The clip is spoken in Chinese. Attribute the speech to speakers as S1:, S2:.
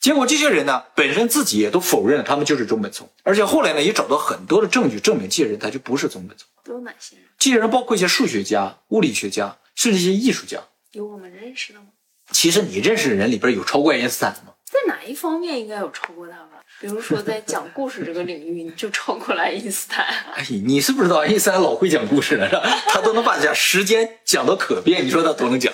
S1: 结果这些人呢，本身自己也都否认了他们就是中本聪，而且后来呢，也找到很多的证据证明这些人他就不是中本聪。
S2: 都有哪些人？
S1: 这些人包括一些数学家、物理学家，甚至一些艺术家。
S2: 有我们认识的吗？
S1: 其实你认识的人里边有超过爱因斯坦的吗？
S2: 在哪一方面应该有超过他吧？比如说在讲故事这个领域，你就超过了爱因斯坦啊。
S1: 哎，你是不知道爱因斯坦老会讲故事了，是吧？他都能把讲时间讲到可变，你说他多能讲？